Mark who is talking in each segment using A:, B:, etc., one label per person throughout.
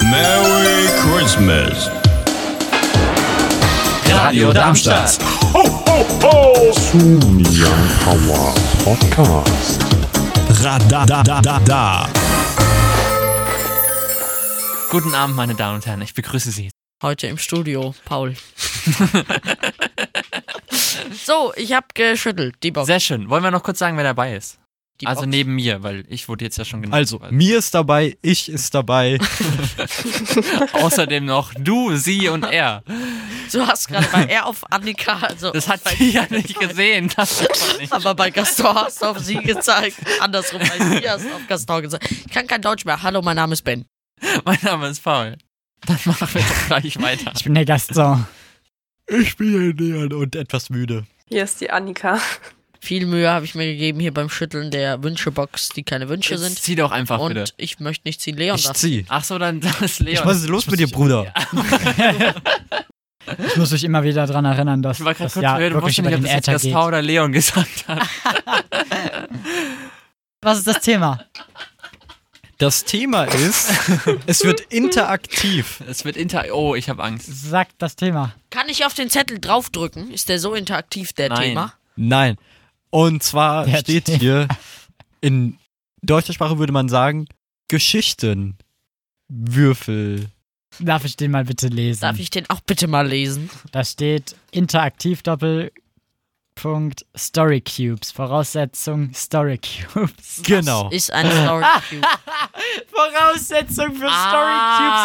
A: Merry Christmas.
B: Radio Darmstadt.
C: Zoom Young Power Podcast.
A: Radadadada.
B: Guten Abend, meine Damen und Herren. Ich begrüße Sie.
D: Heute im Studio, Paul. so, ich habe geschüttelt, die Box.
B: Sehr schön. Wollen wir noch kurz sagen, wer dabei ist?
D: Die
B: also
D: Box.
B: neben mir, weil ich wurde jetzt ja schon genannt.
E: Also,
B: Weil-
E: mir ist dabei, ich ist dabei.
B: Außerdem noch du, sie und er.
D: Du hast gerade bei R auf Annika, also
B: Das hat sie ja nicht gesehen. Das ist nicht.
D: aber bei Gaston hast du auf sie gezeigt. Andersrum als sie hast du auf Gaston gezeigt. Ich kann kein Deutsch mehr. Hallo, mein Name ist Ben.
B: Mein Name ist Paul. Dann machen wir doch gleich weiter.
E: Ich bin der Gastsau. Ich bin der Leon und etwas müde.
F: Hier ist die Annika.
D: Viel Mühe habe ich mir gegeben hier beim Schütteln der Wünschebox, die keine Wünsche
B: Jetzt
D: sind.
B: Zieh doch einfach
D: Und
B: bitte.
D: ich möchte nicht ziehen, Leon
E: ich
D: darf.
E: zieh.
B: Ach so, dann dann ist Leon.
E: Ich was ist los mit dir, Bruder?
G: Ich muss euch immer wieder daran erinnern, dass
B: Ich war gerade
G: das
B: kurz
G: ja
B: verwirrt,
G: wirklich
B: wusste
G: über
B: nicht, ob
G: den
B: das jetzt
G: Äther geht.
B: Gaspar oder Leon gesagt hat.
G: Was ist das Thema?
E: Das Thema ist, es wird interaktiv.
B: Es wird inter. Oh, ich habe Angst.
G: Sagt das Thema.
D: Kann ich auf den Zettel draufdrücken? Ist der so interaktiv, der
B: Nein.
D: Thema?
E: Nein. Und zwar
G: Der
E: steht
G: Thema.
E: hier, in deutscher Sprache würde man sagen, Geschichten. Würfel.
G: Darf ich den mal bitte lesen?
D: Darf ich den auch bitte mal lesen?
G: Da steht interaktiv Doppelpunkt Story Cubes. Voraussetzung Story Cubes.
E: Genau.
D: Ist ein Story Cube.
G: Voraussetzung für
B: Ah.
G: Story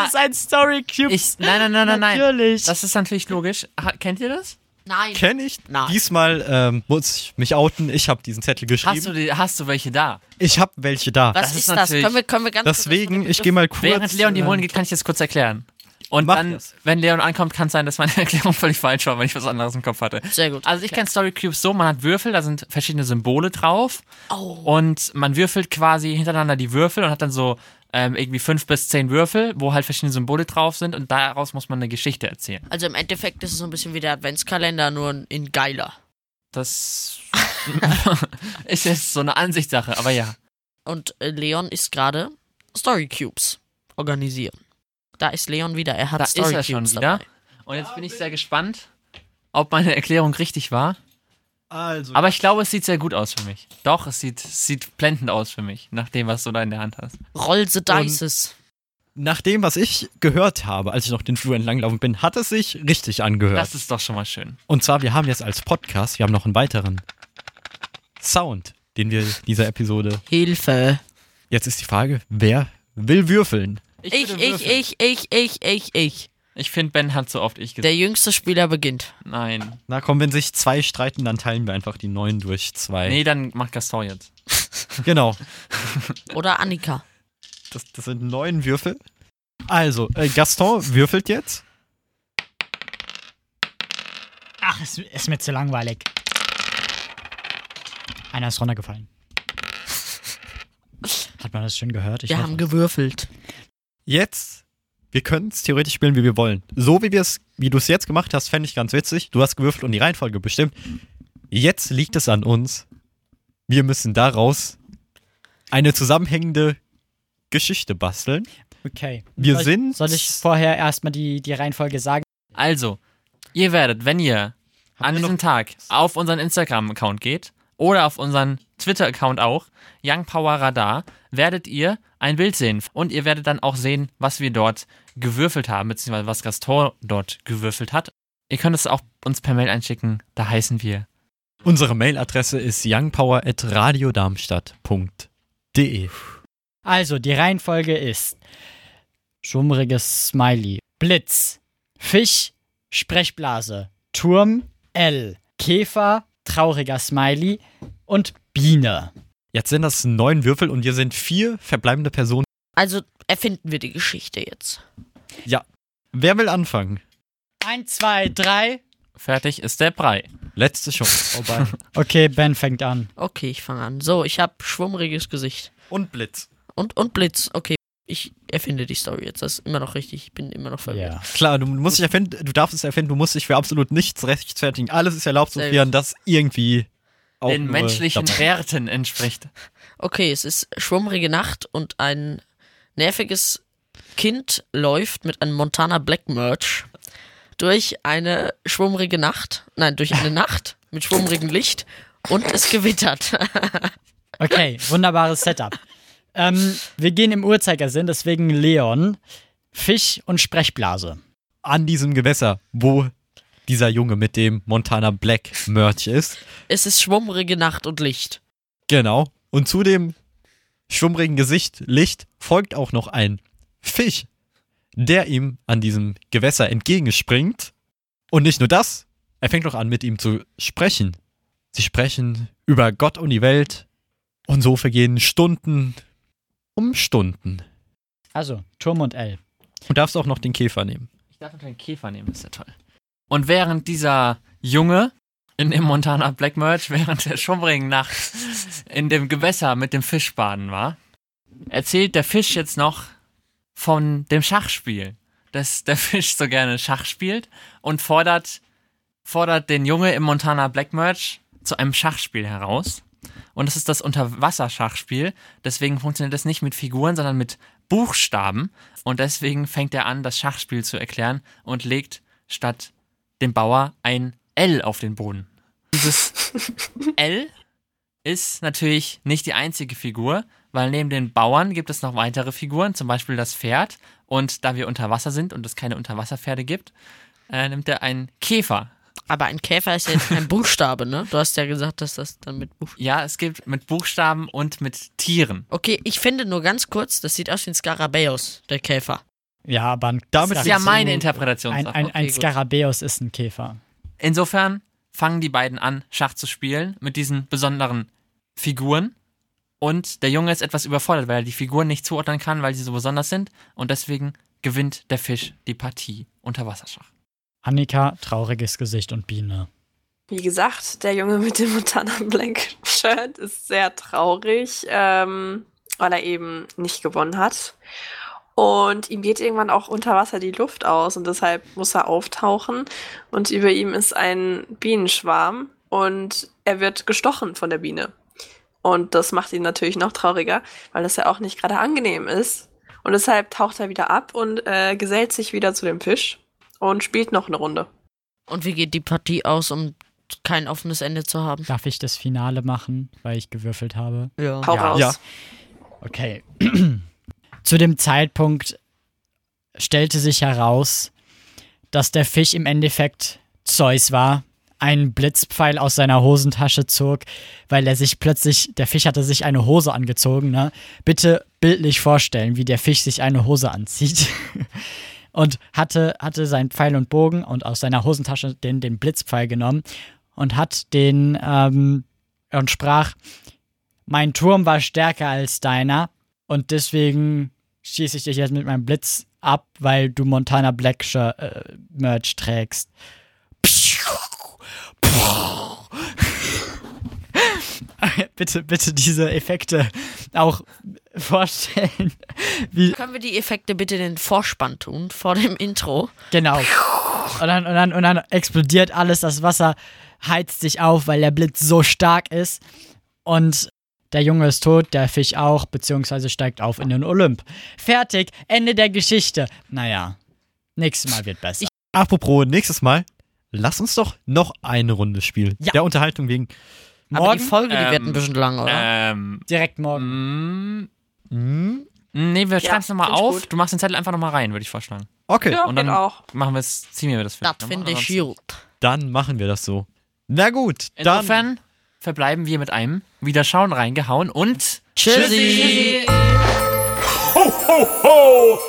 G: Cubes ist ein Story Cube.
B: Ich, nein, nein, nein, nein, nein.
G: Natürlich.
B: Das ist natürlich logisch. Ha, kennt ihr das?
D: Nein.
E: Kenne ich.
D: Nein.
E: Diesmal ähm, muss ich mich outen. Ich habe diesen Zettel
B: Hast du,
E: geschrieben.
B: die, hast du welche da?
E: Ich habe welche da.
D: Was
B: Das ist
D: ist das?
B: natürlich-
D: Können wir, können wir ganz kurz
E: Deswegen,
D: von dem
E: ich gehe mal kurz.
B: Während Leon die
E: äh,
B: holen geht, kann ich das kurz erklären. Und
E: Mach
B: dann,
E: das.
B: wenn Leon ankommt, kann es sein, dass meine Erklärung völlig falsch war, weil ich was anderes im Kopf hatte.
D: Sehr gut.
B: Also ich kenne Story Cubes so, man hat Würfel, da sind verschiedene Symbole drauf
D: Oh.
B: und man würfelt quasi hintereinander die Würfel und hat dann so ähm, irgendwie fünf bis zehn Würfel, wo halt verschiedene Symbole drauf sind und daraus muss man eine Geschichte erzählen.
D: Also im Endeffekt ist es so ein bisschen wie der Adventskalender, nur in geiler.
B: Das ist jetzt so eine Ansichtssache, aber ja.
D: Und äh, Leon ist gerade Story Cubes organisieren. Da ist Leon wieder. Er hat
B: Da ist
D: Story
B: er schon
D: Cubes
B: wieder.
D: Dabei.
B: Und jetzt bin ich sehr gespannt, ob meine Erklärung richtig war.
E: Also,
B: Aber ich glaube, es sieht sehr gut aus für mich. Doch, es sieht, es sieht blendend aus für mich, nach dem, was du da in der Hand hast.
D: Roll the Dices.
E: nach dem, was ich gehört habe, als ich noch den Flur entlanglaufen bin, hat es sich richtig angehört.
B: Das ist doch schon mal schön.
E: Und zwar, wir haben jetzt als Podcast, wir haben noch einen weiteren Sound, den wir dieser Episode.
D: Hilfe.
E: Jetzt ist die Frage, wer will würfeln?
D: Ich,
B: würde
D: ich,
B: würfeln.
D: ich, ich, ich, ich, ich.
B: Ich finde, Ben hat so oft ich gesagt.
D: Der jüngste Spieler beginnt.
B: Nein.
E: Na komm, wenn sich zwei streiten, dann teilen wir einfach die neun durch zwei.
B: Nee, dann macht Gaston jetzt.
E: Genau.
D: Oder Annika.
E: Das, das sind neun Würfel. Also, äh, Gaston würfelt jetzt.
G: Ach, ist, ist mir zu langweilig. Einer ist runtergefallen. Hat man das schön gehört? Ich
D: Wir
G: hoffe.
D: haben gewürfelt.
E: Jetzt, wir können es theoretisch spielen, wie wir wollen. So wie wir es, wie du es jetzt gemacht hast, fände ich ganz witzig. Du hast gewürfelt und die Reihenfolge bestimmt. Jetzt liegt es an uns. Wir müssen daraus eine zusammenhängende Geschichte basteln.
G: Okay.
E: Wir
G: soll,
E: sind-
G: Soll ich vorher erstmal die, die Reihenfolge sagen?
B: Also, ihr werdet, wenn ihr an diesem Tag auf unseren Instagram-Account geht oder auf unseren Twitter-Account auch, Young Power Radar, werdet ihr ein Bild sehen. Und ihr werdet dann auch sehen, was wir dort gewürfelt haben, beziehungsweise was Gaston dort gewürfelt hat. Ihr könnt es auch uns per Mail einschicken, da heißen wir
E: Unsere Mailadresse ist youngpower.radiodarmstadt.de.
G: Also, die Reihenfolge ist schummriges Smiley, Blitz, Fisch, Sprechblase, Turm, L, Käfer, trauriger Smiley und Biene.
E: Jetzt sind das neun Würfel und wir sind vier verbleibende Personen.
D: Also erfinden wir die Geschichte jetzt.
E: Wer will anfangen?
G: Eins, zwei, drei.
B: Fertig ist der Brei.
E: Letzte
G: Oh,
E: Chance. Vorbei.
G: Okay, Ben fängt an.
D: Okay, ich fange an. So, ich habe schwummriges Gesicht.
E: und Blitz.
D: Und, und Blitz. Okay, ich erfinde die Story jetzt. Das ist immer noch richtig. Ich bin immer noch verwirrt.
E: Klar, du musst dich erfinden, du darfst es erfinden, du musst dich für absolut nichts rechtfertigen. Alles ist erlaubt,
D: Sehr
E: sofern das irgendwie auch
B: Den
E: nur
B: menschlichen
E: dabei-
B: Werten entspricht.
D: Okay, es ist schwummrige Nacht und ein nerviges Kind läuft mit einem Montana Black Merch durch eine schwummrige Nacht, nein, durch eine Nacht mit schwummrigem Licht und es gewittert.
G: Okay, wunderbares Setup. Ähm, wir gehen im Uhrzeigersinn, deswegen Leon, Fisch und Sprechblase.
E: An diesem Gewässer, wo dieser Junge mit dem Montana Black Merch ist.
D: es ist schwummrige Nacht und Licht.
E: Genau. Und zu dem schwummrigen Gesicht, Licht, folgt auch noch ein Fisch, der ihm an diesem Gewässer entgegenspringt. Und nicht nur das, er fängt noch an, mit ihm zu sprechen. Sie sprechen über Gott und die Welt. Und so vergehen Stunden um Stunden.
G: Also, Turm und L.
E: Du darfst auch noch den Käfer nehmen.
B: Ich darf noch den Käfer nehmen, ist ja toll. Und während dieser Junge in dem Montana Black Merch während der schummrigen Nacht in dem Gewässer mit dem Fisch baden war, erzählt der Fisch jetzt noch von dem Schachspiel, dass der Fisch so gerne Schach spielt und fordert, fordert den Junge im Montana Black Merch zu einem Schachspiel heraus. Und das ist das Unterwasserschachspiel. Deswegen funktioniert das nicht mit Figuren, sondern mit Buchstaben. Und deswegen fängt er an, das Schachspiel zu erklären und legt statt dem Bauer ein L auf den Boden. Dieses L ist natürlich nicht die einzige Figur, weil neben den Bauern gibt es noch weitere Figuren, zum Beispiel das Pferd. Und da wir unter Wasser sind und es keine Unterwasserpferde gibt, äh, nimmt er einen Käfer.
D: Aber ein Käfer ist ja jetzt kein Buchstabe, ne? Du hast ja gesagt, dass das dann mit Buchstaben.
B: Ja, es gibt mit Buchstaben und mit Tieren.
D: Okay, ich finde nur ganz kurz, das sieht aus wie ein Skarabäus, der Käfer.
G: Ja, aber ein
E: Damit
B: Das ist ja
G: Skarabeus-
B: meine Interpretation.
G: Ein, ein, ein Skarabäus ist ein Käfer.
B: Insofern fangen die beiden an, Schach zu spielen mit diesen besonderen Figuren. Und der Junge ist etwas überfordert, weil er die Figuren nicht zuordnen kann, weil sie so besonders sind. Und deswegen gewinnt der Fisch die Partie unter Wasserschach.
G: Annika, trauriges Gesicht und Biene.
F: Wie gesagt, der Junge mit dem Montana Blank Shirt ist sehr traurig, ähm, weil er eben nicht gewonnen hat. Und ihm geht irgendwann auch unter Wasser die Luft aus und deshalb muss er auftauchen. Und über ihm ist ein Bienenschwarm und er wird gestochen von der Biene. Und das macht ihn natürlich noch trauriger, weil das ja auch nicht gerade angenehm ist. Und deshalb taucht er wieder ab und äh, gesellt sich wieder zu dem Fisch und spielt noch eine Runde.
D: Und wie geht die Partie aus, um kein offenes Ende zu haben?
G: Darf ich das Finale machen, weil ich gewürfelt habe?
D: Ja.
F: Hau raus.
E: Ja.
G: Okay. Zu dem Zeitpunkt stellte sich heraus, dass der Fisch im Endeffekt Zeus war, einen Blitzpfeil aus seiner Hosentasche zog, weil er sich plötzlich, der Fisch hatte sich eine Hose angezogen, ne? Bitte bildlich vorstellen, wie der Fisch sich eine Hose anzieht. Und hatte, hatte seinen Pfeil und Bogen und aus seiner Hosentasche den, den Blitzpfeil genommen und hat den ähm, und sprach, mein Turm war stärker als deiner und deswegen schieße ich dich jetzt mit meinem Blitz ab, weil du Montana Black Shir- äh, Merch trägst. bitte, bitte diese Effekte auch vorstellen. Wie,
D: Können wir die Effekte bitte in den Vorspann tun, vor dem Intro?
G: genau. Und dann, und, dann, und dann explodiert alles, das Wasser heizt sich auf, weil der Blitz so stark ist. Und der Junge ist tot, der Fisch auch, beziehungsweise steigt auf in den Olymp. Fertig, Ende der Geschichte. Naja, nächstes Mal wird besser.
E: Apropos, nächstes Mal, lass uns doch noch eine Runde spielen.
G: Ja.
E: Der Unterhaltung wegen.
D: Aber die
G: Morgen? äh,
D: Folge, die wird
B: Ähm,
D: ein bisschen lang, oder?
B: Ähm.
G: Direkt morgen.
B: Mm,
E: Hm,
B: nee, wir schreiben es nochmal
F: finde ich
B: auf.
F: gut.
B: Du machst den Zettel einfach nochmal rein, würde ich vorschlagen.
E: Okay.
F: Ja,
B: Und
F: geht
B: dann
F: auch.
B: machen wir es, ziehen wir das
D: das
B: vielleicht nochmal.
D: finde ich
B: Ansonsten-
D: gut.
E: Dann machen wir das so. Na gut, dann.
B: Insofern verbleiben wir mit einem Wiederschauen reingehauen und
D: Tschüssi.
A: Ho, ho!